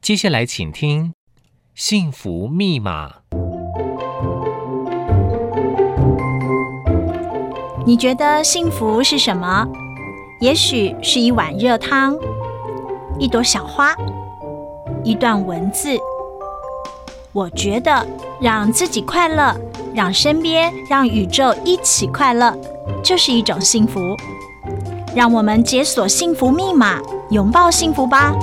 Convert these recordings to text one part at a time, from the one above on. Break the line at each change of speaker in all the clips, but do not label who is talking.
接下来请听《幸福密码》。
你觉得幸福是什么？也许是一碗热汤，一朵小花，一段文字。我觉得让自己快乐，让身边、让宇宙一起快乐，就是一种幸福。让我们解锁幸福密码，拥抱幸福吧！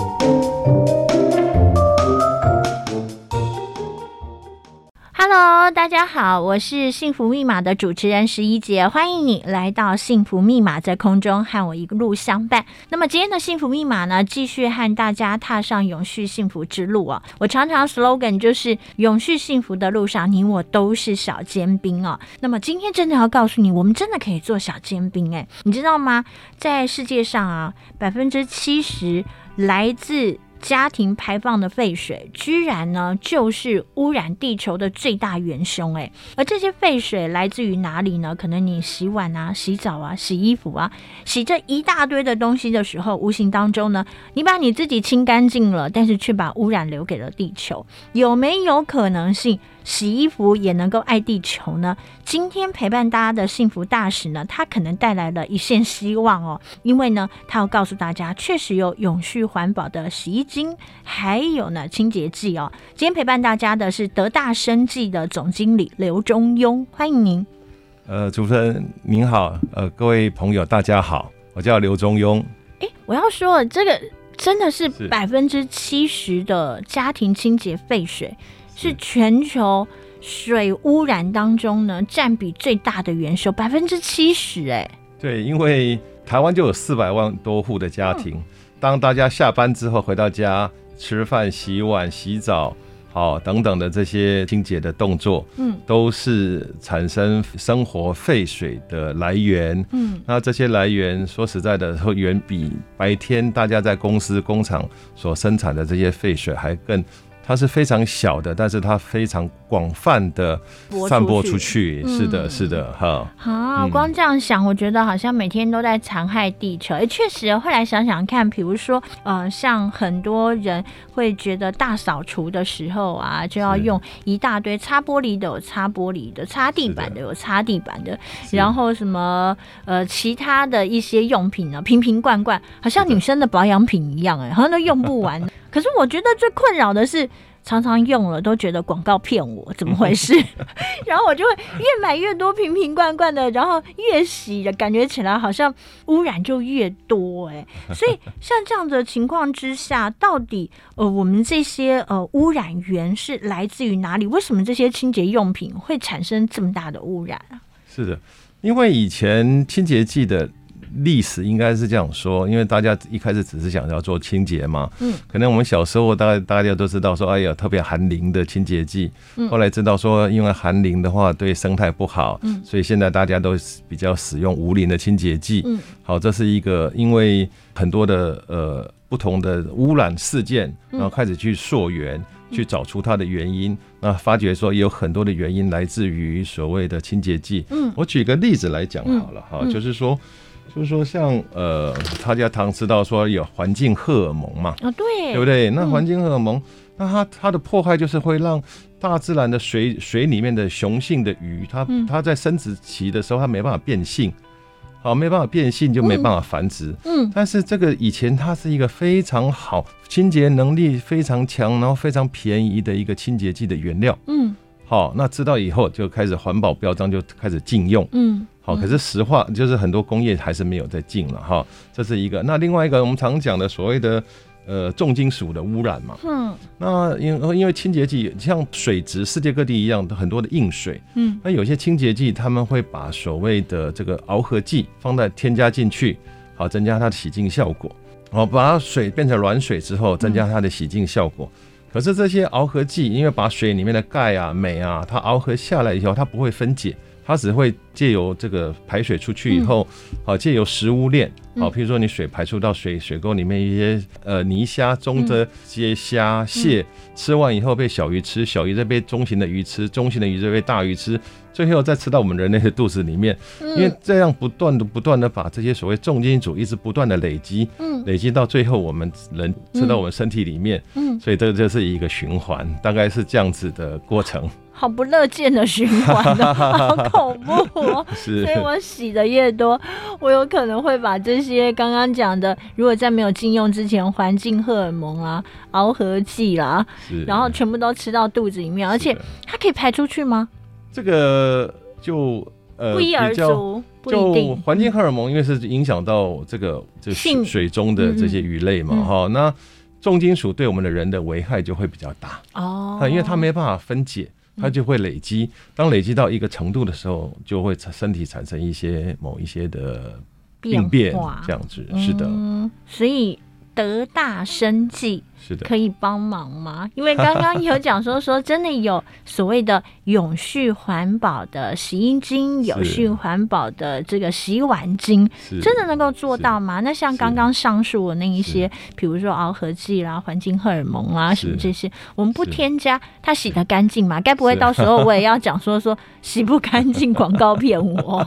Hello，大家好，我是幸福密码的主持人十一姐，欢迎你来到幸福密码，在空中和我一路相伴。那么今天的幸福密码呢，继续和大家踏上永续幸福之路哦。我常常 slogan 就是永续幸福的路上，你我都是小尖兵哦。那么今天真的要告诉你，我们真的可以做小尖兵哎，你知道吗？在世界上啊，百分之七十来自家庭排放的废水，居然呢就是污染地球的最大元凶诶，而这些废水来自于哪里呢？可能你洗碗啊、洗澡啊、洗衣服啊、洗这一大堆的东西的时候，无形当中呢，你把你自己清干净了，但是却把污染留给了地球。有没有可能性洗衣服也能够爱地球呢？今天陪伴大家的幸福大使呢，他可能带来了一线希望哦，因为呢，他要告诉大家，确实有永续环保的洗衣精，还有呢清洁剂哦。今天陪伴大家的是德大生技的总经理刘中庸，欢迎您。
呃，主持人您好，呃，各位朋友大家好，我叫刘中庸，
诶，我要说了这个真的是
是
百分之七十的家庭清洁废水是全球水污染当中呢占比最大的元凶，百分之七十哎，
对，因为台湾就有四百万多户的家庭，当大家下班之后回到家吃饭、洗碗、洗澡，好、等等的这些清洁的动作，
嗯，
都是产生生活废水的来源。
嗯，
那这些来源说实在的，会远比白天大家在公司工厂所生产的这些废水还更。它是非常小的，但是它非常广泛的
播出
散播
去
出去。是的，
嗯
是的，哈。
啊，
嗯
光这样想，我觉得好像每天都在残害地球。也确实，后来想想看，比如说，呃，像很多人会觉得大扫除的时候啊，就要
是
用一大堆擦玻璃的有擦玻璃的，擦地板
是
的
的
有擦地板的，
是
然后什么呃其他的一些用品呢，瓶瓶罐罐，好像
是的
女生的保养品一样、哎，好像都用不 完。可是我觉得最困扰的是。常常用了都觉得广告骗我，怎么回 事？然后我就会越买越多瓶瓶罐罐的，然后越洗的感觉起来好像污染就越多哎、所以像这样的情况之下，到底呃我们这些呃污染源是来自于哪里？为什么这些清洁用品会产生这么大的污染啊？
是的，因为以前清洁剂的历史应该是这样说，因为大家一开始只是想要做清洁嘛，
嗯，
可能我们小时候大概大家都知道说，哎呀，特别含磷的清洁剂，
嗯
后来知道说，因为含磷的话对生态不好，嗯，所以现在大家都比较使用无磷的清洁剂，
嗯，
好，这是一个因为很多的呃不同的污染事件，
嗯
然后开始去溯源。去找出它的原因，那发觉说也有很多的原因来自于所谓的清洁剂。
嗯
我举个例子来讲好了哈、
嗯
就是说，就是说像呃，大家常知道说有环境荷尔蒙嘛，
啊、对，
对不对？那环境荷尔蒙，那它它的破坏就是会让大自然的水水里面的雄性的鱼，它、
嗯
它在生殖期的时候，它没办法变性，好，没办法变性就没办法繁殖。
嗯
但是这个以前它是一个非常好、清洁能力非常强，然后非常便宜的一个清洁剂的原料。
嗯
好，那知道以后就开始环保标章就开始禁用。
嗯
好，可是实话就是很多工业还是没有在禁了哈，这是一个。那另外一个我们常讲的所谓的呃重金属的污染嘛，
嗯
那因因为清洁剂像水质，世界各地一样很多的硬水，
嗯
那有些清洁剂他们会把所谓的这个螯合剂放在添加进去，好增加它的洗净效果。好，把水变成软水之后，增加
嗯
它的洗净效果。可是这些螯合剂，因为把水里面的钙啊、镁啊，它螯合下来以后，它不会分解，它只会借由这个排水出去以后，好、借由食物链，好、譬如说你水排出到水水沟里面一些呃泥虾、中的这些虾蟹、吃完以后被小鱼吃，小鱼再被中型的鱼吃，中型的鱼再被大鱼吃，最后再吃到我们人类的肚子里面。因为这样不断的不断的把这些所谓重金属一直不断的累积，
嗯
累积到最后我们人吃到我们身体里面，
嗯
所以这就是一个循环，大概是这样子的过程。
好不乐见的循环哦，好恐怖哦！
是
所以我洗的越多，我有可能会把这些刚刚讲的，如果在没有禁用之前，环境荷尔蒙啊、螯合剂啦、
是，
然后全部都吃到肚子里面，而且
是的
它可以排出去吗？
这个就呃
不一而
比较
足，不一
就
定。
环境荷尔蒙，因为是影响到这个这
性
水水中的这些鱼类嘛，
嗯嗯
哈、那重金属对我们的人的危害就会比较大。
哦嗯
呃它因为它没办法分解，它就会累积。当累积到一个程度的时候，就会产身体产生一些某一些的病变
化，
这样子。是的，
嗯，所以德大生计
是的
可，以帮忙吗？因为刚刚有讲 说说真的有所谓的永续环保的洗衣精，永续环保的这个洗碗精，
是
真的能够做到吗？那像刚刚上述的那一些，比如说螯合剂啦、环境荷尔蒙啦
是
什么这些，我们不
是
添加，它洗得干净吗？ 该不会
是
到时候我也要讲说说洗不干净，广告骗 我？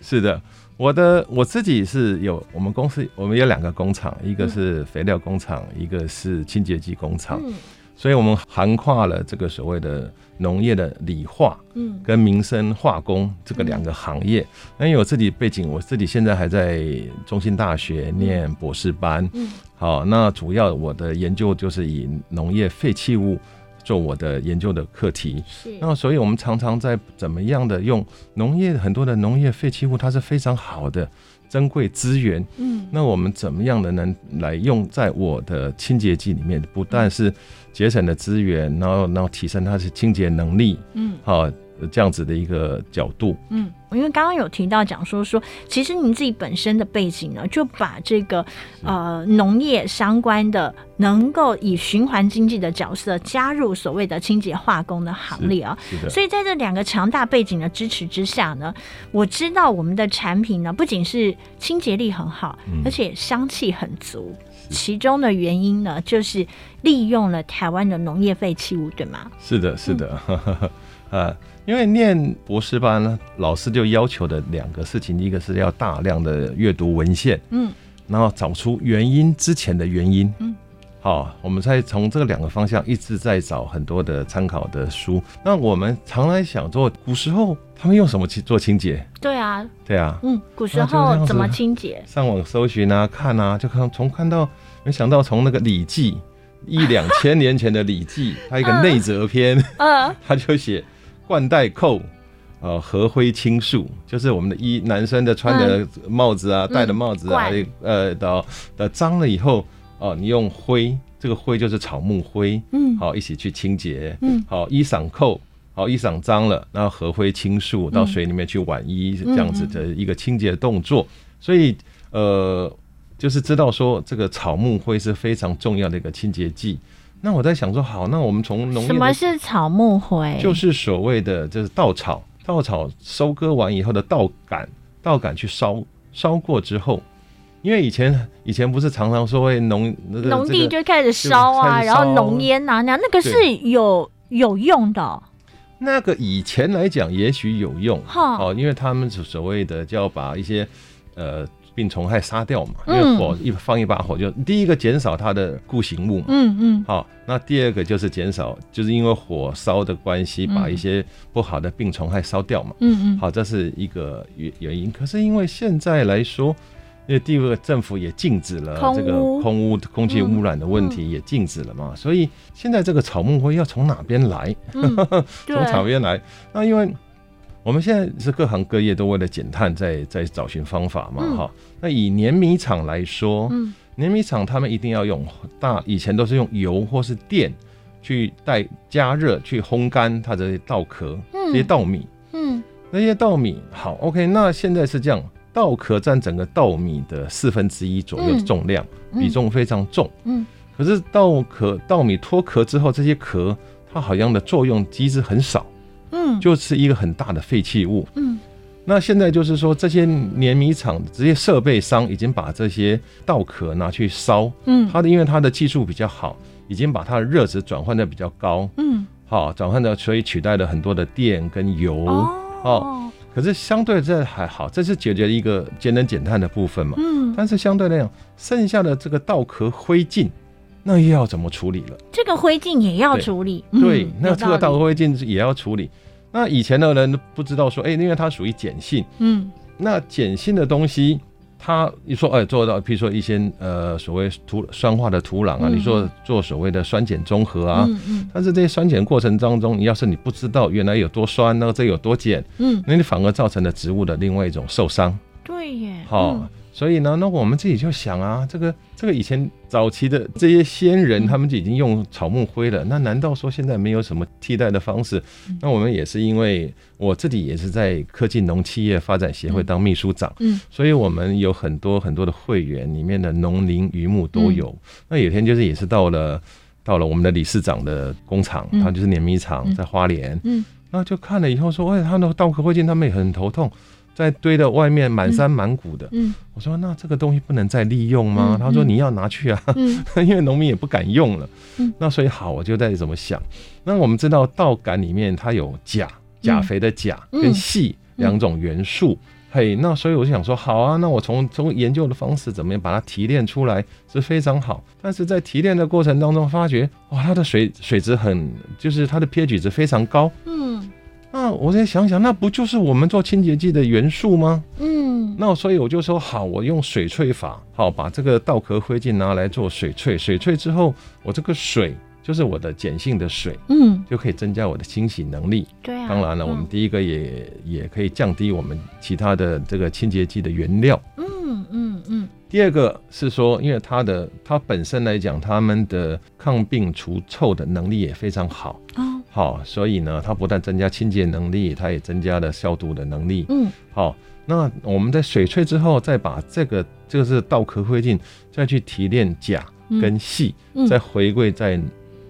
是的。我的我自己是有，我们公司我们有两个工厂，一个是肥料工厂，一个是清洁剂工厂，
嗯
所以我们涵跨了这个所谓的农业的理化，
嗯
跟民生化工这个两个行业。那因为我自己背景，我自己现在还在中兴大学念博士班。
嗯，
好，那主要我的研究就是以农业废弃物做我的研究的课题。
是
那所以我们常常在怎么样的用农业很多的农业废弃物，它是非常好的珍贵资源。
嗯
那我们怎么样的能来用在我的清洁剂里面？不但是节省的资源，然后然后提升它的清洁能力，
嗯，
好、这样子的一个角度。
嗯，因为刚刚有提到讲说说，其实你自己本身的背景呢，就把这个呃农业相关的，能够以循环经济的角色加入所谓的清洁化工的行列啊。
是的，
所以在这两个强大背景的支持之下呢，我知道我们的产品呢，不仅是清洁力很好，
嗯
而且香气很足。其中的原因呢，就是利用了台湾的农业废弃物，对吗？
是的，是的， 啊，因为念博士班呢，老师就要求的两个事情，一个是要大量的阅读文献，
嗯，
然后找出原因之前的原因，
嗯。
好，我们再从这两个方向一直在找很多的参考的书。那我们常来想说，古时候他们用什么去做清洁？
对啊，
对啊，
嗯，古时
那就这样
候
子
怎么
啊
清洁？
上网搜寻啊，看啊，就看从看到，没想到从那个《礼记》一两千年前的《礼记》，它
啊
一个内则篇，
嗯、
他就写冠带扣，呃，合灰青素，就是我们的衣男生的穿的帽子啊，戴的帽子啊，
嗯冠
呃的的脏了以后，哦、你用灰，这个灰就是草木灰，
嗯
好一起去清洁，
嗯
好衣裳扣。好，衣裳脏了，然后合灰清素
嗯
到水里面去挽衣，这样子的一个清洁动作。所以，呃，就是知道说这个草木灰是非常重要的一个清洁剂。那我在想说，好，那我们从农业
什
的
么是草木灰？
就是所谓的就是稻草，稻草收割完以后的稻杆，稻杆去烧烧过之后，因为以前以前不是常常说会农那个
农地
这个
就开始烧啊，
就开始
然
烧
后浓烟啊，那样那个是
对
有有用的哦、
那个以前来讲也许有用
哈
哦，因为他们所所谓的就要把一些呃病虫害杀掉嘛，因
嗯
为火一放一把火就第一个减少它的固形物嘛，
嗯嗯
好、那第二个就是减少，就是因为火烧的关系，
嗯
把一些不好的病虫害烧掉嘛。
嗯嗯，
好，这是一个原原因。可是因为现在来说，因为第二个政府也禁止了
空
这个
污嗯
空污、空气污染的问题，也禁止了嘛，所以现在这个草木灰要从哪边来？从草
对，
原来。那因为我们现在是各行各业都为了减碳在在找寻方法嘛，
嗯
哈、那以碾米厂来说，
嗯
碾米厂他们一定要用大，以前都是用油或是电去带加热去烘干它的稻壳、这些稻米。
嗯
那些稻米好，OK，那现在是这样，稻壳占整个稻米的四分之一左右
嗯
重量，
嗯
比重非常重。
嗯，
可是稻壳稻米脱壳之后，这些壳它好像的作用机制很少，
嗯嗯
就是一个很大的废弃物。
嗯，
那现在就是说，这些碾米厂这些设备商已经把这些稻壳拿去烧，
嗯
它的因为它的技术比较好，已经把它的热值转换的比较高，
嗯
好转换的，所以取代了很多的电跟油。
哦
可是相对这还好，这是解决了一个节能减碳的部分嘛。
嗯，
但是相对来讲，剩下的这个稻壳灰烬，那又要怎么处理了？
这个灰烬也要
对
处理。
对
嗯，
那
有
这个
道
稻
理
壳灰烬也要处理。那以前的人不知道说，哎、因为它属于碱性，
嗯
那碱性的东西，它你说哎做到，譬如说一些呃所谓土酸化的土壤啊，
嗯
你做做所谓的酸碱中和啊。
嗯嗯
但是这些酸碱过程当中，你要是你不知道原来有多酸，那这有多碱，
嗯，
那你反而造成了植物的另外一种受伤。
对耶。
好、
嗯
所以呢，那我们自己就想啊，这个这个以前早期的这些先人，他们就已经用草木灰了，那难道说现在没有什么替代的方式？
嗯
那我们也是因为我自己也是在科技农企业发展协会当秘书长，
嗯
所以我们有很多很多的会员，里面的农林渔牧都有。
嗯
那有一天就是也是到了。到了我们的理事长的工厂，
嗯
他就是碾米厂，在花莲。
嗯
那就看了以后说，哎，他的稻壳灰烬，他们也很头痛，在堆的外面满山满谷的。
嗯
我说那这个东西不能再利用吗？
嗯
他说
嗯
你要拿去啊，
嗯
因为农民也不敢用了。
嗯
那所以好，我就在怎么想。那我们知道稻秆里面它有钾，钾肥的钾
嗯
跟硒两种元素。嘿，那所以我就想说，好啊，那我从从研究的方式怎么样把它提炼出来是非常好。但是在提炼的过程当中，发觉哇，它的水水质很，就是它的 pH 值非常高。
嗯
那我再想想，那不就是我们做清洁剂的元素吗？
嗯
那所以我就说好，我用水萃法，好把这个稻壳灰烬拿来做水萃，水萃之后，我这个水就是我的碱性的水，
嗯，
就可以增加我的清洗能力。
对啊。
当然了，我们
嗯
第一个也也可以降低我们其他的这个清洁剂的原料。
嗯嗯嗯
第二个是说，因为它的它本身来讲，它们的抗病除臭的能力也非常好，
哦
好，所以呢，它不但增加清洁能力，它也增加了消毒的能力。
嗯
好，那我们在水萃之后，再把这个这个是稻壳灰烬，再去提炼钾跟硒，
嗯
再回归再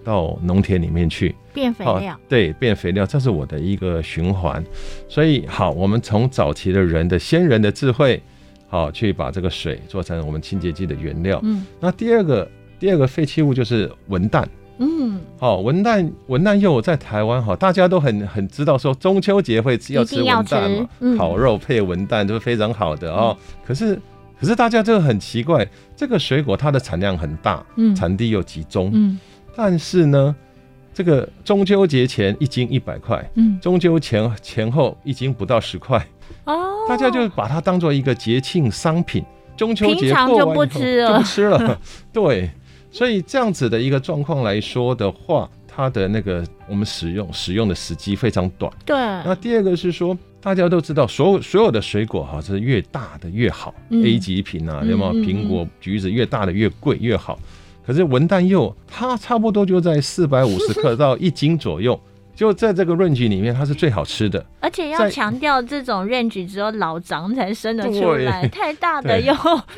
到农田里面去，
变肥
好
料。
对，变肥料，这是我的一个循环。所以好，我们从早期的人的先人的智慧，好去把这个水做成我们清洁剂的原料。
嗯
那第二个第二个废弃物就是文旦。
嗯，
好，哦文旦文旦柚在台湾哈，大家都很很知道说中秋节会吃要吃
一定
文
要
旦
吃
嘛，
嗯
烤肉配文旦都是非常好的哦。可是可是大家这个很奇怪，这个水果它的产量很大，
嗯
产地又集中，
嗯
但是呢，这个中秋节前一斤一百块，
嗯
中秋前前后一斤不到十块，
哦，
大家就把它当做一个节庆商品。中秋
平
节
常
过
就
完以
不
后
吃
就
了
不吃了。 对，所以这样子的一个状况来说的话，它的那个我们使用使用的时机非常短。
对，
那第二个是说，大家都知道，所有所有的水果哈是越大的越好、
嗯
a 级品啊，
嗯
有没有
嗯
苹果、橘子越大的越贵越好。可是文旦柚它差不多 就在四百五十克到一斤左右，就在这个 range 里面，它是最好吃的。
而且要
在
强调这种 range 只有老张才生得出
对
来， 太大的
对
又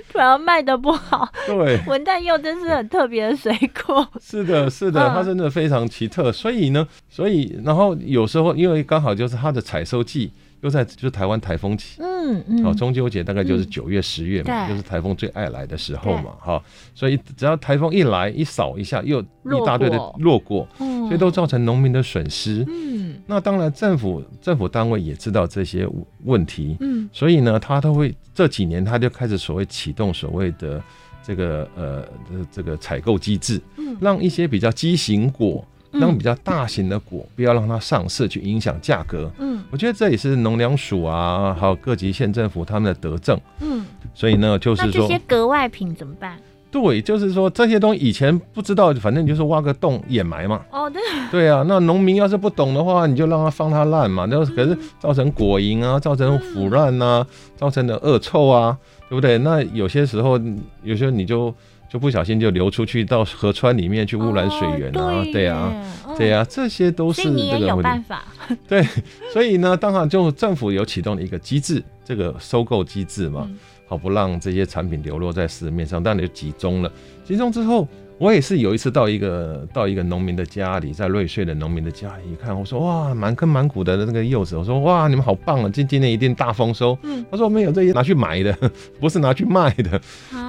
突然卖的不好。
对，
文旦柚真是很特别的水果，
是 的，是的
嗯，
它真的非常奇特。所以呢，所以然后有时候因为刚好就是它的采收季又在就是台湾台风期。
嗯
好，
嗯，
中秋节大概就是
嗯
九月、十月嘛，
对
就是台风最爱来的时候嘛，哈，所以只要台风一来，一扫一下，又
落
一大堆的
果
落果，
嗯
所以都造成农民的损失。
嗯
那当然，政府政府单位也知道这些问题，
嗯
所以呢，他都会这几年他就开始所谓启动所谓的这个呃这个采购机制，
嗯
让一些比较畸形果，
嗯
让比较大型的果，不要让它上市去影响价格。
嗯
我觉得这也是农粮署啊，还有各级县政府他们的德政。
嗯，
所以呢，就
那
是
这
说
些，格外品怎么办？
对，就是说这些东西以前不知道，反正就是挖个洞掩埋嘛。
哦，对，
对啊，那农民要是不懂的话，你就让它放它烂嘛，那可是造成果蝇啊，造成腐烂啊，造成的恶臭啊，对不对？那有些时候，有时候你就就不小心就流出去到河川里面去 污染水源啊，
哦
对啊。，对
对耶
啊，这些都
嗯
是
所以你
这
也
个
有
问
办
题。
法，
对，所以呢，当然就政府有启动了一个机制，这个收购机制嘛，
嗯
好不让这些产品流落在市面上，但你就集中了。集中之后，我也是有一次到一个到一个农民的家里，在瑞穗的农民的家里一看，我说哇，满坑满谷的那个柚子，我说哇，你们好棒啊，今今年一定大丰收。
嗯
他说没有，这些拿去买的， 不是拿去卖的。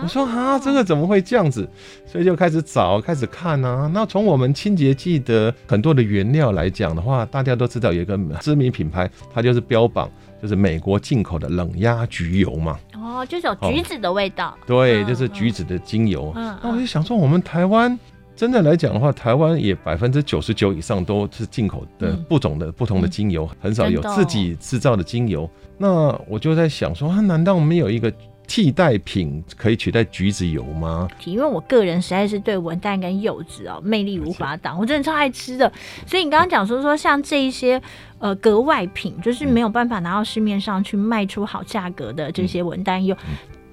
我说啊，这个怎么会这样子？所以就开始找，开始看啊。那从我们清洁剂的很多的原料来讲的话，大家都知道有一个知名品牌，它就是标榜就是美国进口的冷压焗油嘛。
哦，就是有橘子的味道，
对，
嗯
就是橘子的精油。
嗯
那我就想说，我们台湾真的来讲的话，台湾也百分之九十九以上都是进口的
嗯
不种的、不同的精油，很少
真
有
的哦
自己制造的精油。那我就在想说，啊，难道没有一个替代品可以取代橘子油吗？
因为我个人实在是对文旦跟柚子哦魅力无法挡，我真的超爱吃的。所以你刚刚讲说说像这一些呃格外品，就是没有办法拿到市面上去卖出好价格的这
嗯
些文旦柚，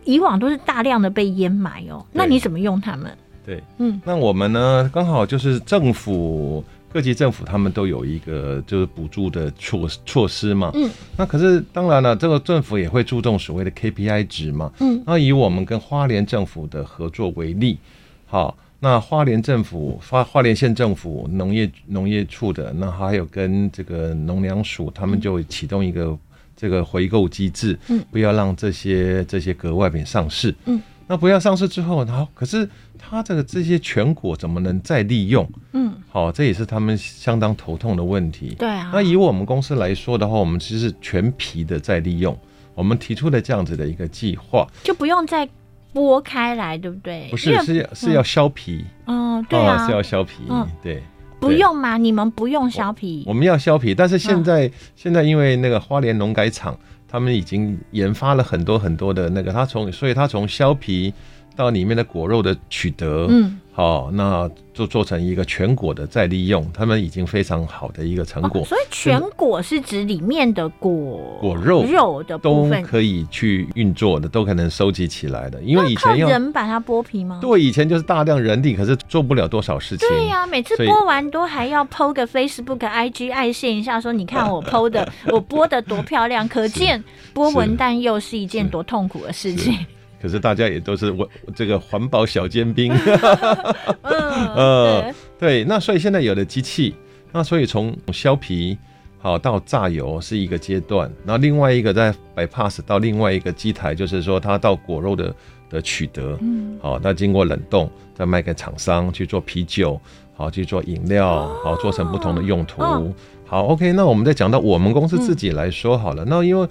以往都是大量的被掩埋哦。那你怎么用它们？
对，
嗯，
那我们呢，刚好就是政府各级政府他们都有一个就是补助的措措施嘛，
嗯，
那可是当然了，这个政府也会注重所谓的 KPI 值嘛，
嗯，
那以我们跟花莲政府的合作为例，好。那花莲政府、花花莲县政府农业农业处的，那还有跟这个农粮署，他们就启动一个这个回购机制，
嗯，
不要让这些这些格外品上市，
嗯，
那不要上市之后，然后可是它这个这些全果怎么能再利用？
嗯，
好、这也是他们相当头痛的问题。
对啊
那，以我们公司来说的话，我们其实是全皮的再利用。我们提出了这样子的一个计划，
就不用再剥开来，对不对？因
不是
为
是要是要削皮，
嗯，对啊
是，要削皮，
嗯
对，
不
对
用吗？你们不用削皮哦
我们要削皮，但是
嗯
现在、现在因为那个花莲农改厂，他们已经研发了很多很多的那个，它从所以它从削皮到里面的果肉的取得，
嗯，
好、那就做成一个全果的再利用，他们已经非常好的一个成果，
哦所以全果是指里面的果
果肉
肉的部
都
分，
可以去运作的，都可能收集起来的，因为以
靠
前要
人把它剥皮吗？
对以前就是大量人力，可是做不了多少事情，
对呀、每次
所以
播完都还要 PO 个 Facebook、IG 爱线一下，说你看我 PO 的，我播的多漂亮，可见播文旦又是一件
是
多痛苦的事情。
可是大家也都是我这个环保小尖兵，
嗯，
呃
对，
对，那所以现在有了机器，那所以从削皮好到榨油是一个阶段，然后另外一个在 bypass 到另外一个机台，就是说它到果肉的的取得，
嗯，
好，那经过冷冻再卖给厂商去做啤酒，好去做饮料，好做成不同的用途。
嗯
好，OK，那我们再讲到我们公司自己来说好了，那因为。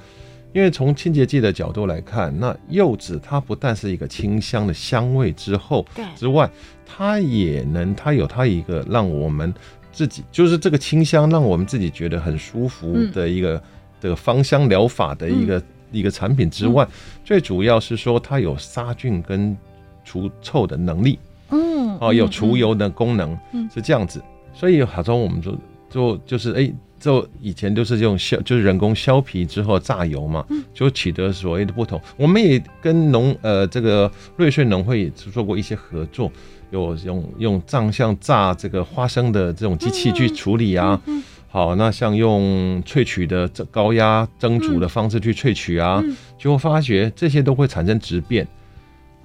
因为从清洁剂的角度来看，那柚子它不但是一个清香的香味之后，
对
之外，它也能，它有它一个让我们自己，就是这个清香，让我们自己觉得很舒服
嗯
的一个、的芳香疗法的一个、一个产品
嗯
之外，最主要是说它有杀菌跟除臭的能力，
嗯，
哦，有除油的功能，
嗯
是这样子。所以好像我们就就就是哎。就以前都是用削，就是人工削皮之后榨油嘛，就取得所谓的不同。我们也跟农呃这个瑞穗农会也做过一些合作，有用用藏像榨这个花生的这种机器去处理啊。好，那像用萃取的这高压蒸煮的方式去萃取啊，就会发觉这些都会产生质变。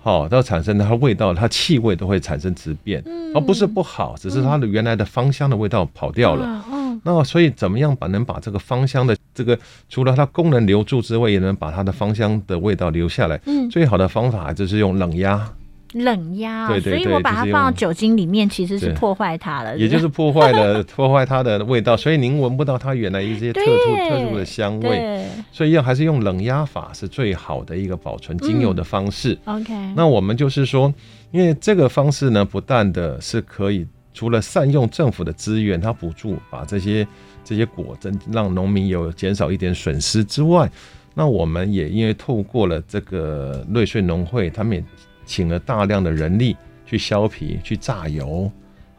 好，到产生它味道，它气味都会产生质变，而不是不好，只是它的原来的芳香的味道跑掉了。
了，嗯，
那所以怎么样把能把这个芳香的这个除了它功能留住之外，也能把它的芳香的味道留下来？
嗯
最好的方法就是用冷压，
冷压哦、
对对对
所以我把它
就是
放到
用
酒精里面，其实是
对
破坏它了，
也就是破 坏了破坏它的味道，所以您闻不到它原来一些特殊
对
特殊的香味。
对
所以要还是用冷压法是最好的一个保
嗯
存精油的方式。
，OK，
那我们就是说，因为这个方式呢，不但的是可以除了善用政府的资源，它补助把这些这些果真让农民有减少一点损失之外，那我们也因为透过了这个瑞穗农会，他们也请了大量的人力去削皮、去榨油，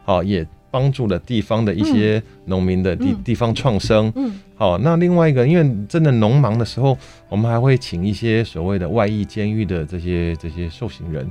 好、也帮助了地方的一些农民的地、
嗯
地方创生。
嗯
好，那另外一个，因为真的农忙的时候，我们还会请一些所谓的外役监狱的这些这些受刑人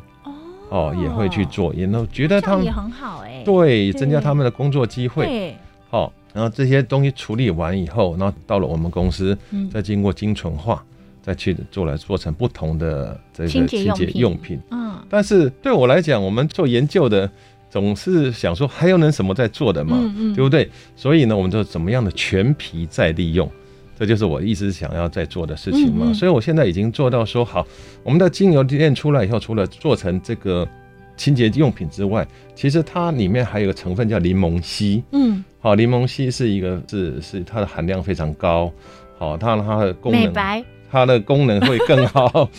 哦，也会去做，也能觉得
这
他
样
们
也很好哎、
对
对
增加他们的工作机会。
对，
好、然后这些东西处理完以后，然后到了我们公司，
嗯
再经过精纯化，再去做来做成不同的这个
清洁
清
用
洁
品
用品。
嗯
但是对我来讲，我们做研究的总是想说还有能什么在做的嘛，
嗯嗯
对不对？所以呢，我们就怎么样的全皮再利用，这就是我一直想要在做的事情嘛。
嗯嗯
所以我现在已经做到说好，我们的精油链出来以后，除了做成这个清洁用品之外，其实它里面还有个成分叫柠檬烯。
嗯，
好，柠檬烯是一个是是它的含量非常高，好，它它的功
美
能
白，
它的功能会更 好，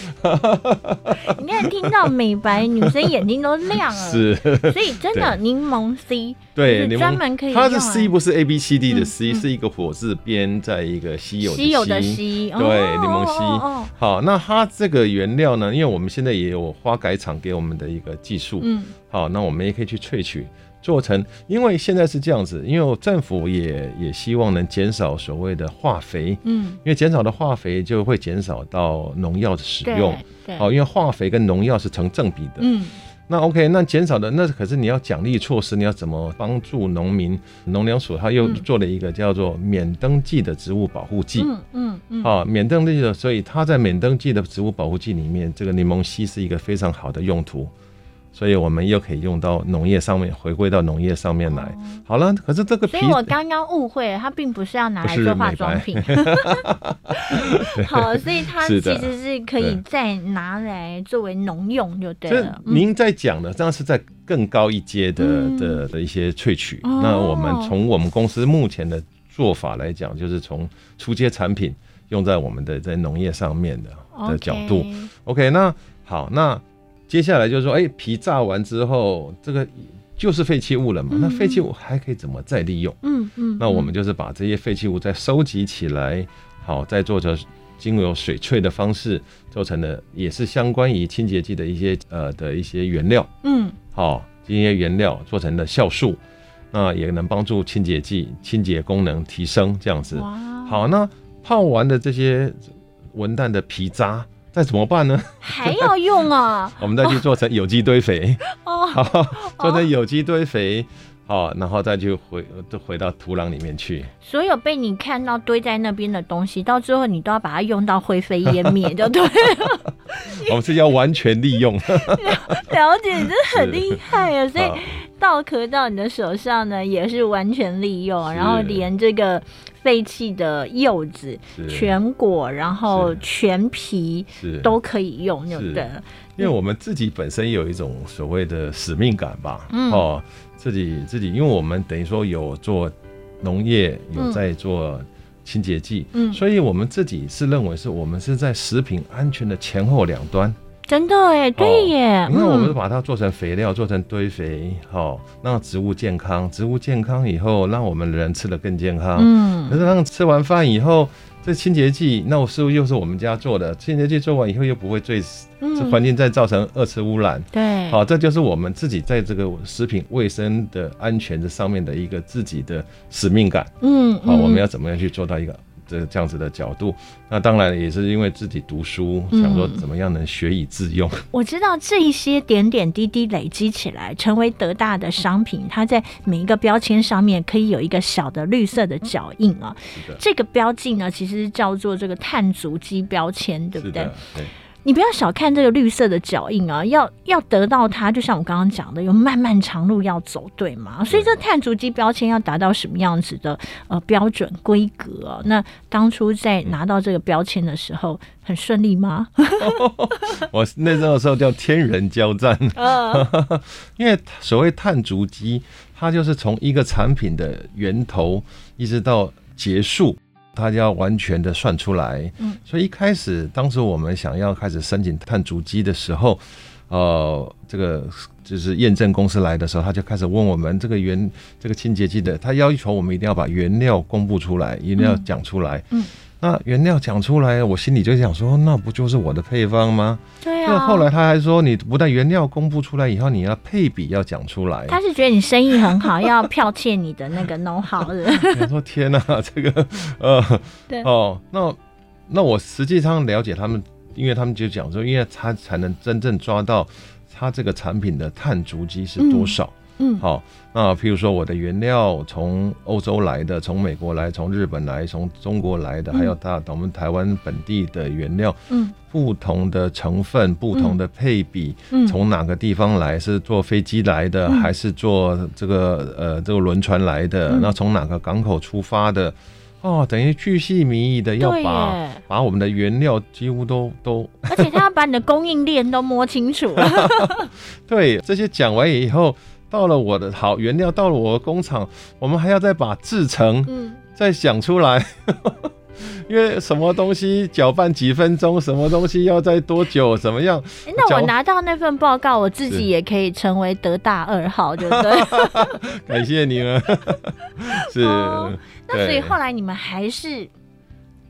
你看听到美白，女生眼睛都亮了。，
是，
所以真的柠檬 C
对，
就是
柠
专
檬
门可以
它
用
是
来
C 不是 A B C D
嗯
的 C，、
嗯
是一个火字边在一个稀有的
稀有的
稀。
稀，
对，
哦
柠檬烯。
哦哦哦
好，那它这个原料呢？因为我们现在也有花改厂给我们的一个技术，
嗯，
好，那我们也可以去萃取做成。因为现在是这样子，因为政府也也希望能减少所谓的化肥，
嗯，
因为减少的化肥就会减少到农药的使
对
用。
对，
好，因为化肥跟农药是成正比的。
嗯
那 OK，那减少的那可是你要奖励措施，你要怎么帮助农民？农粮署它又
嗯
做了一个叫做免登记的植物保护剂。
嗯嗯嗯，
啊，免登记的，所以它在免登记的植物保护剂里面，这个柠檬烯是一个非常好的用途，所以我们又可以用到农业上面，回归到农业上面来。好了，可是这个
哦所
皮
以我刚刚误会了，它并不是要拿来
不是
做化
美
妆
白
品。 好，所以它其
是的
实是可以再拿来作为农用就对
这
了。嗯
您在讲的，这样是在更高一阶的、
嗯
的的一些萃取。
哦
那我们从我们公司目前的做法来讲，就是从初阶产品用在我们的在农业上面的的角度。
嗯 OK
OK，那好，那接下来就是说，哎、皮炸完之后，这个就是废弃物了嘛？
嗯
那废弃物还可以怎么再利用？
嗯嗯，
那我们
嗯
就是把这些废弃物再收集起来，好，再做成经由水萃的方式做成的，也是相关于清洁剂的一些呃的一些原料，
嗯
好，这些原料做成的酵素，那也能帮助清洁剂清洁功能提升，这样子。
哇，
好，那泡完的这些文旦的皮渣。再怎么办呢？
还要用啊
我们再去做成有机堆肥，
哦，
好， 做成有机堆肥，好，然后再去回就回到土壤里面去。
所有被你看到堆在那边的东西，到最后你都要把它用到灰飞烟灭，就对 了。
我哦们是要完全利 用。
了解，你真的很厉害啊！所以
啊
稻壳到你的手上呢，也是完全利用，
是
然后连这个废弃的柚子、
是
全果，然后
是
全皮
是
都可以用，对不
是
对了？
因为我们自己本身有一种所谓的使命感吧，
嗯
哦，自己自己，因为我们等于说有做农业，有
嗯
在做清洁剂，
嗯
所以我们自己是认为是我们是在食品安全的前后两端，
真的哎，对耶，
因为我们
嗯
把它做成肥料，做成堆肥，好、让植物健康，植物健康以后，让我们人吃得更健康，可
嗯
是让吃完饭以后，这清洁剂，那我是不是又是我们家做的？清洁剂做完以后又不会对
嗯
环境再造成二次污染。
对，
好，这就是我们自己在这个食品卫生的安全这上面的一个自己的使命感。
嗯，
好，
嗯
我们要怎么样去做到一个这这样子的角度？那当然也是因为自己读书，
嗯
想说怎么样能学以致用。
我知道这一些点点滴滴累积起来，成为德大的商品，它在每一个标签上面可以有一个小的绿色的脚印啊
是的。
这个标记呢，其实叫做这个碳足迹标签，对不
是
对
的？，对，
你不要小看这个绿色的脚印啊，要要得到它，就像我刚刚讲的，有漫漫长路要走，对吗？所以这碳足迹标签要达到什么样子的呃标准规格啊、那当初在
嗯
拿到这个标签的时候，很顺利吗？
我那时候时候叫天人交战。嗯
呃，
因为所谓碳足迹，它就是从一个产品的源头一直到结束，它就要完全的算出来。
嗯，
所以一开始当时我们想要开始申请碳足迹的时候，呃，这个就是验证公司来的时候，他就开始问我们这个原这个清洁剂的，他要求我们一定要把原料公布出来，一定要讲出来。
嗯
那原料讲出来，我心里就想说，那不就是我的配方吗？
对
那
啊。
后来他还说，你不但原料公布出来以后，你要配比要讲出来。
他是觉得你生意很好，要剽窃你的那个 know how 的。
我说天哪、这个呃
对，
哦，那那我实际上了解他们，因为他们就讲说，因为他才能真正抓到他这个产品的碳足迹是多少。
嗯
好、那譬如说我的原料从欧洲来的，从美国来，从日本来，从中国来的，还有大我们台湾本地的原料，
嗯，
不同的成分、不同的配比，
嗯
从哪个地方来？是坐飞机来的，还是坐这个呃这个轮船来的？
嗯
那从哪个港口出发的？哦，等于巨细靡遗的要
对
把
耶，
把我们的原料几乎都都
而且他要把你的供应链都摸清楚。
对这些讲完以后，到了我的好原料，到了我的工厂，我们还要再把制成
嗯，
再想出来。 因为什么东西搅拌几分钟，什么东西要再多久，怎么样？
诶那我
讲
拿到那份报告，我自
是
己也可以成为德大二号，对不对？
感谢你们， 是
哦， 那所以
对
后来你们还是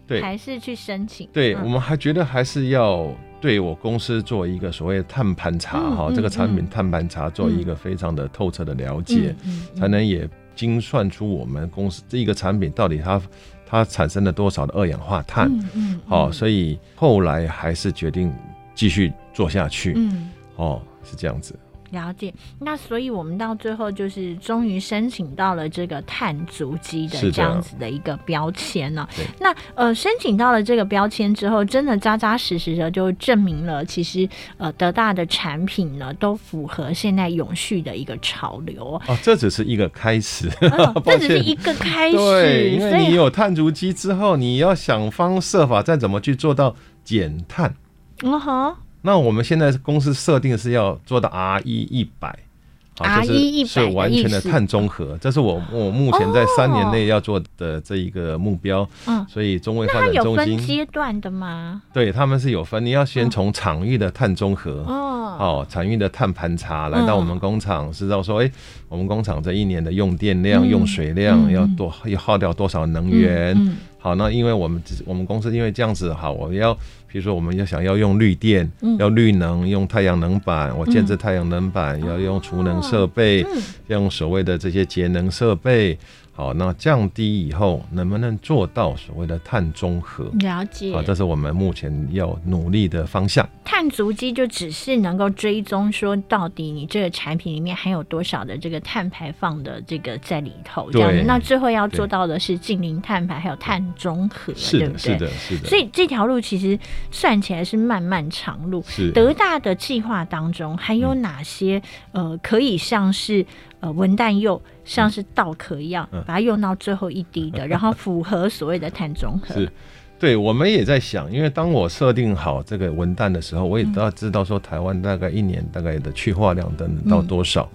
对
还是去申请，
对，
嗯
我们还觉得还是要对我公司做一个所谓的碳盘查
嗯
哈、
嗯
这个产品碳盘查做一个非常的透彻的了解，
嗯嗯嗯
才能也精算出我们公司这一个产品到底它它产生了多少的二氧化碳。
嗯嗯，
好、
嗯
所以后来还是决定继续做下去。
嗯。
哦，是这样子。
了解，那所以我们到最后就是终于申请到了这个碳足迹的
是的
这样子的一个标签呢、
对
那呃，申请到了这个标签之后，真的扎扎实实的就证明了，其实呃，德大的产品呢都符合现在永续的一个潮 流。
哦，这只是一个 开始，
嗯，
抱
这
歉
只是一个开
对，
始，
因
所
为你
以
有碳足迹之后，你要想方设法再怎么去做到减碳。
嗯哼，
那我们现在公司设定是要做到 R 一一百。啊，就是
RE100
是完全的碳中和，这是我我目前在三年内要做的这一个目标。
嗯
所以中卫发
它
展
有
中
分
心
阶段的吗？
对他们是有分，你要先从场域的碳中和，
哦，
哦，产运的碳盘查来
嗯
到我们工厂，知道说，哎、我们工厂这一年的用电量、用水量、
嗯
要多要耗掉多少能源？
嗯嗯
好，那因为我们我们公司因为这样子，好，我要比如说我们要想要用绿电，
嗯
要绿能，用太阳能板，我建制太阳能板，
嗯
要用储能设备，
啊
用所谓的这些节能设备。好，那降低以后能不能做到所谓的碳中和？
了解。
好，这是我们目前要努力的方向。
碳足迹就只是能够追踪说到底你这个产品里面含有多少的这个碳排放的这个在里头，这
对
样子。那最后要做
对
到的是近零碳排还有碳中和，
是
对不
的，是
对？
的，是的。
所以这条路其实算起来是漫漫长路。
是
德大的计划当中还有哪些、呃可以像是呃文旦柚，
嗯
像是稻壳一样，把它用到最后一滴 的，然后符合所谓的碳中和？
是对，我们也在想，因为当我设定好这个文旦的时候，我也要知道说台湾大概一年大概的去化量等等到多少。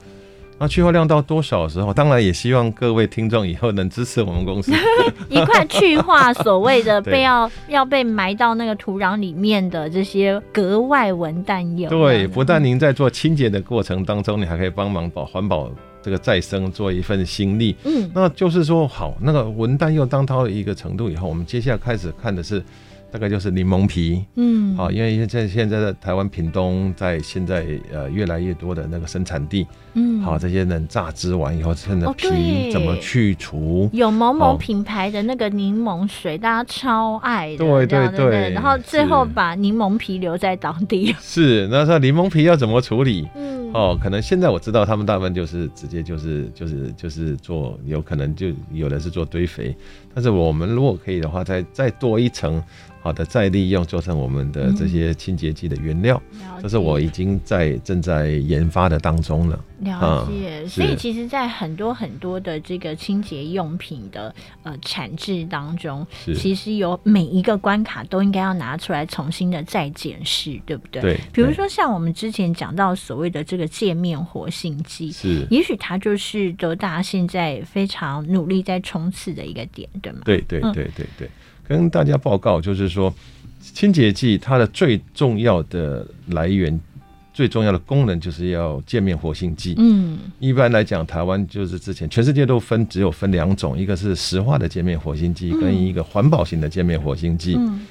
那去化量到多少的时候，当然也希望各位听众以后能支持我们公司。
一块去化所谓的
对
被要要被埋到那个土壤里面的这些格外文旦柚，
对，不但您在做清洁的过程当中，你还可以帮忙保环保这个再生做一份心力。
嗯
那就是说，好，那个文旦又当到一个程度以后，我们接下来开始看的是，大概就是柠檬皮，啊
嗯
好，因为现在现在的台湾屏东在现在呃越来越多的那个生产地，
嗯
好，这些人榨汁完以后，剩的
哦对
皮怎么去除？
有某某
好
品牌的那个柠檬水，大家超爱的，
对
这样
对
对不
对
然后最后
是
把柠檬皮留在当地，
是，那说柠檬皮要怎么处理？
嗯，
哦，可能现在我知道他们大部分就是直接就是就是就是做，有可能就有人是做堆肥，但是我们如果可以的话，再再多一层，好的再利用，做成我们的这些清洁剂的原料，
了
这是我已经在正在研发的当中了。
了
啊
解，
是
所以其实，在很多很多的这个清洁用品的呃产制当中，
是
其实有每一个关卡都应该要拿出来重新的再检视，对不对？
对
比如
对
说像我们之前讲到所谓的这个界面活性剂，
是。
也许它就是德大现在非常努力在冲刺的一个点，对吗？
对对
嗯
对对对，跟大家报告就是说，清洁剂它的最重要的来源、最重要的功能就是要界面活性剂。
嗯
一般来讲，台湾就是之前全世界都分只有分两种，一个是石化的界面活性剂，跟一个环保型的界面活性剂。
嗯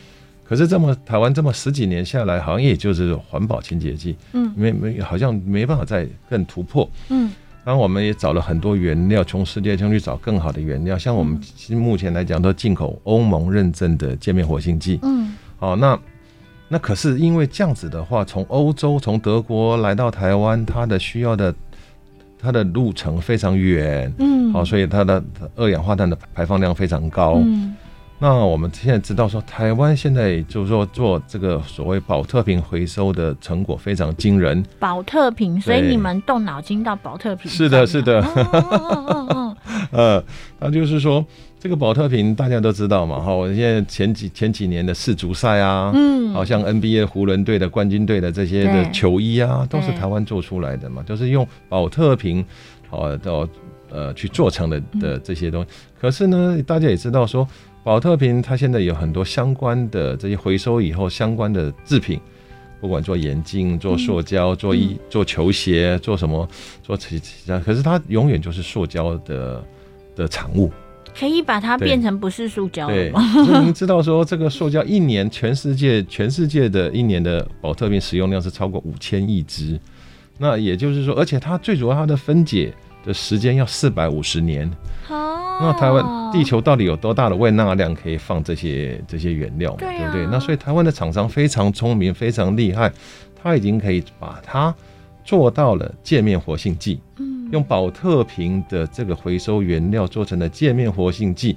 可是这么台湾这么十几年下来，好像也就是环保清洁剂，
嗯
没没好像没办法再更突破。
嗯
当然，我们也找了很多原料，从世界中去找更好的原料。像我们其实
嗯
目前来讲，都进口欧盟认证的界面活性剂。
嗯，
好、那那可是因为这样子的话，从欧洲、从德国来到台湾，它的需要的它的路程非常远，哦
嗯，
好、所以它的二氧化碳的排放量非常高。
嗯
那我们现在知道说，台湾现在就是说做这个所谓保特瓶回收的成果非常惊人。
保特瓶，所以
对
你们动脑筋到保特瓶
是
上面。
的，是的，
嗯。嗯嗯嗯嗯
呃，那就是说这个保特瓶大家都知道嘛，哈，我现在前几前几年的世足赛啊，
嗯，
好像 NBA 湖人队的冠军队的这些
对
的球衣啊，都是
对
台湾做出来的嘛，都是用保特瓶，哦，到呃去做成的的这些
嗯
东西。可是呢，大家也知道说，保特瓶它现在有很多相关的这些回收以后相关的制品。不管做眼镜、做塑胶、做
嗯
衣、做球鞋、做什么、做其其他，可是它永远就是塑胶的的产物。
可以把它
对
变成不是塑胶了
对，
吗？
所以您知道说这个塑胶一年全世界全世界的一年的保特瓶使用量是超过五千亿只，那也就是说，而且它最主要它的分解的时间要四百五十年。
哦，
那台湾地球到底有多大的胃纳量可以放这些这些原料嘛？
对啊
不对？那所以台湾的厂商非常聪明，非常厉害，它已经可以把它做到了界面活性剂。
嗯
用保特瓶的这个回收原料做成的界面活性剂。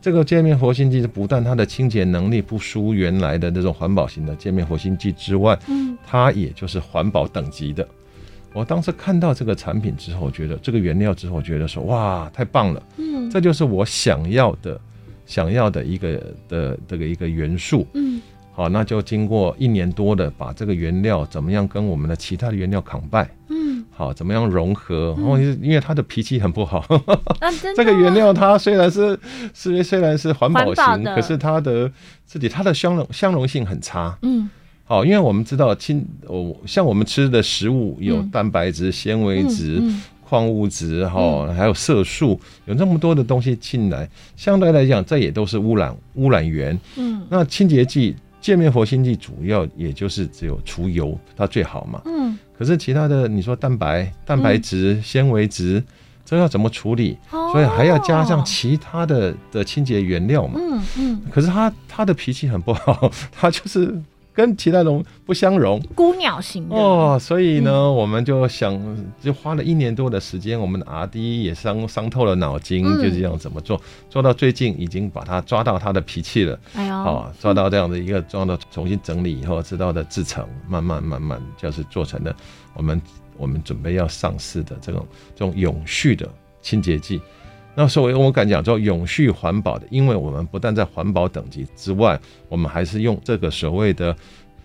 这个界面活性剂不但它的清洁能力不输原来的那种环保型的界面活性剂之外，
嗯
它也就是环保等级的。我当时看到这个产品之后，觉得这个原料之后，觉得说哇，太棒了，
嗯
这就是我想要的，想要的一个的这个一个元素。
嗯
好，那就经过一年多的把这个原料怎么样跟我们的其他的原料扛拜，
嗯，
好，怎么样融合？然后因为他的脾气很不好，
啊，真的
这个原料它虽然是是虽然是环保
环
型，
保的
可是它的自己它的相容相容性很差。
嗯
哦好，因为我们知道亲哦，像我们吃的食物有
嗯
蛋白质、纤维质、
嗯嗯
矿物质哈、还有色素，有那么多的东西进来，相对来讲这也都是污染污染源。
嗯
那清洁剂、界面活性剂主要也就是只有除油，它最好嘛。
嗯，
可是其他的，你说蛋白、蛋白质、纤维质，这要怎么处理？
所
所以还要加上其他的的清洁原料嘛。
嗯嗯，
可是他他的脾气很不好， 他就是跟其他人不相容
孤鸟型的，
哦。所以呢，我们就想就花了一年多的时间，我们的 R D 也伤伤透了脑筋，
嗯
就这样怎么做，做到最近已经把他抓到他的脾气了。
哎呦，
好、抓哦到这样的一个装的重新整理以后，知道的制成，慢慢慢慢就是做成了我们我们准备要上市的这种这种永续的清洁剂。那所以我敢讲叫永续环保的，因为我们不但在环保等级之外，我们还是用这个所谓的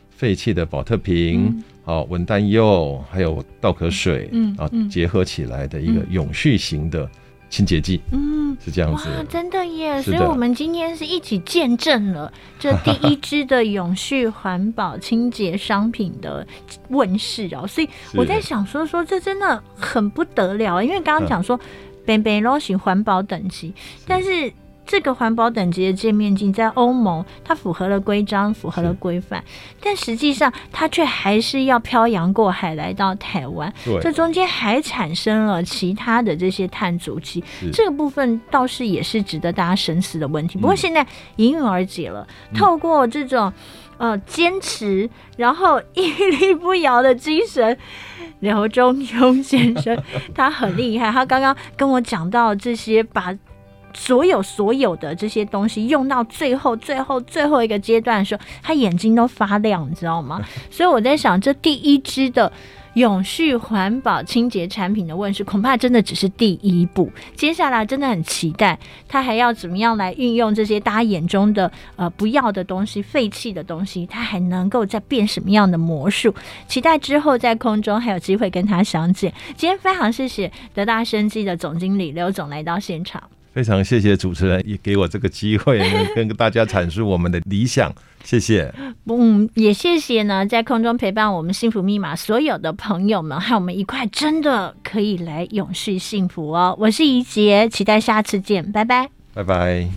废弃的保特瓶
嗯、
好、文旦柚，还有稻壳水，
嗯
啊
嗯
结合起来的一个
嗯
永续型的清洁剂，
嗯。
是这样
哇
子。，
真的耶！
是
所
的
以我们今天是一起见证了这第一支的永续环保清洁商品的问世 哦。所以我在想说说，这真的很不得了，因为刚
嗯
刚讲说北北 l o 环保等级，但是。这个环保等级的界面镜在欧盟，它符合了规章，符合了
是
规范，但实际上它却还是要漂洋过海来到台湾。
对，
这中间还产生了其他的这些碳足迹
是，
这个部分倒是也是值得大家深思的问题。不过现在迎刃而解了，透过这种呃坚持，然后屹立不摇的精神。刘忠庸先生， 他很厉害。他刚刚跟我讲到这些，把所有所有的这些东西用到最后、最后、最后一个阶段的时候，他眼睛都发亮，你知道吗？所以我在想，这第一支的永续环保清洁产品的问世，恐怕真的只是第一步。接下来真的很期待，他还要怎么样来运用这些大家眼中的呃不要的东西、废弃的东西，他还能够再变什么样的魔术？期待之后在空中还有机会跟他相见。今天非常谢谢德大生技的总经理刘总来到现场。
非常谢谢主持人，也给我这个机会能跟大家阐述我们的理想，谢谢。
嗯，也谢谢呢，在空中陪伴我们幸福密码所有的朋友们，和我们一块真的可以来永续幸福哦。我是怡杰，期待下次见，拜拜。
拜拜。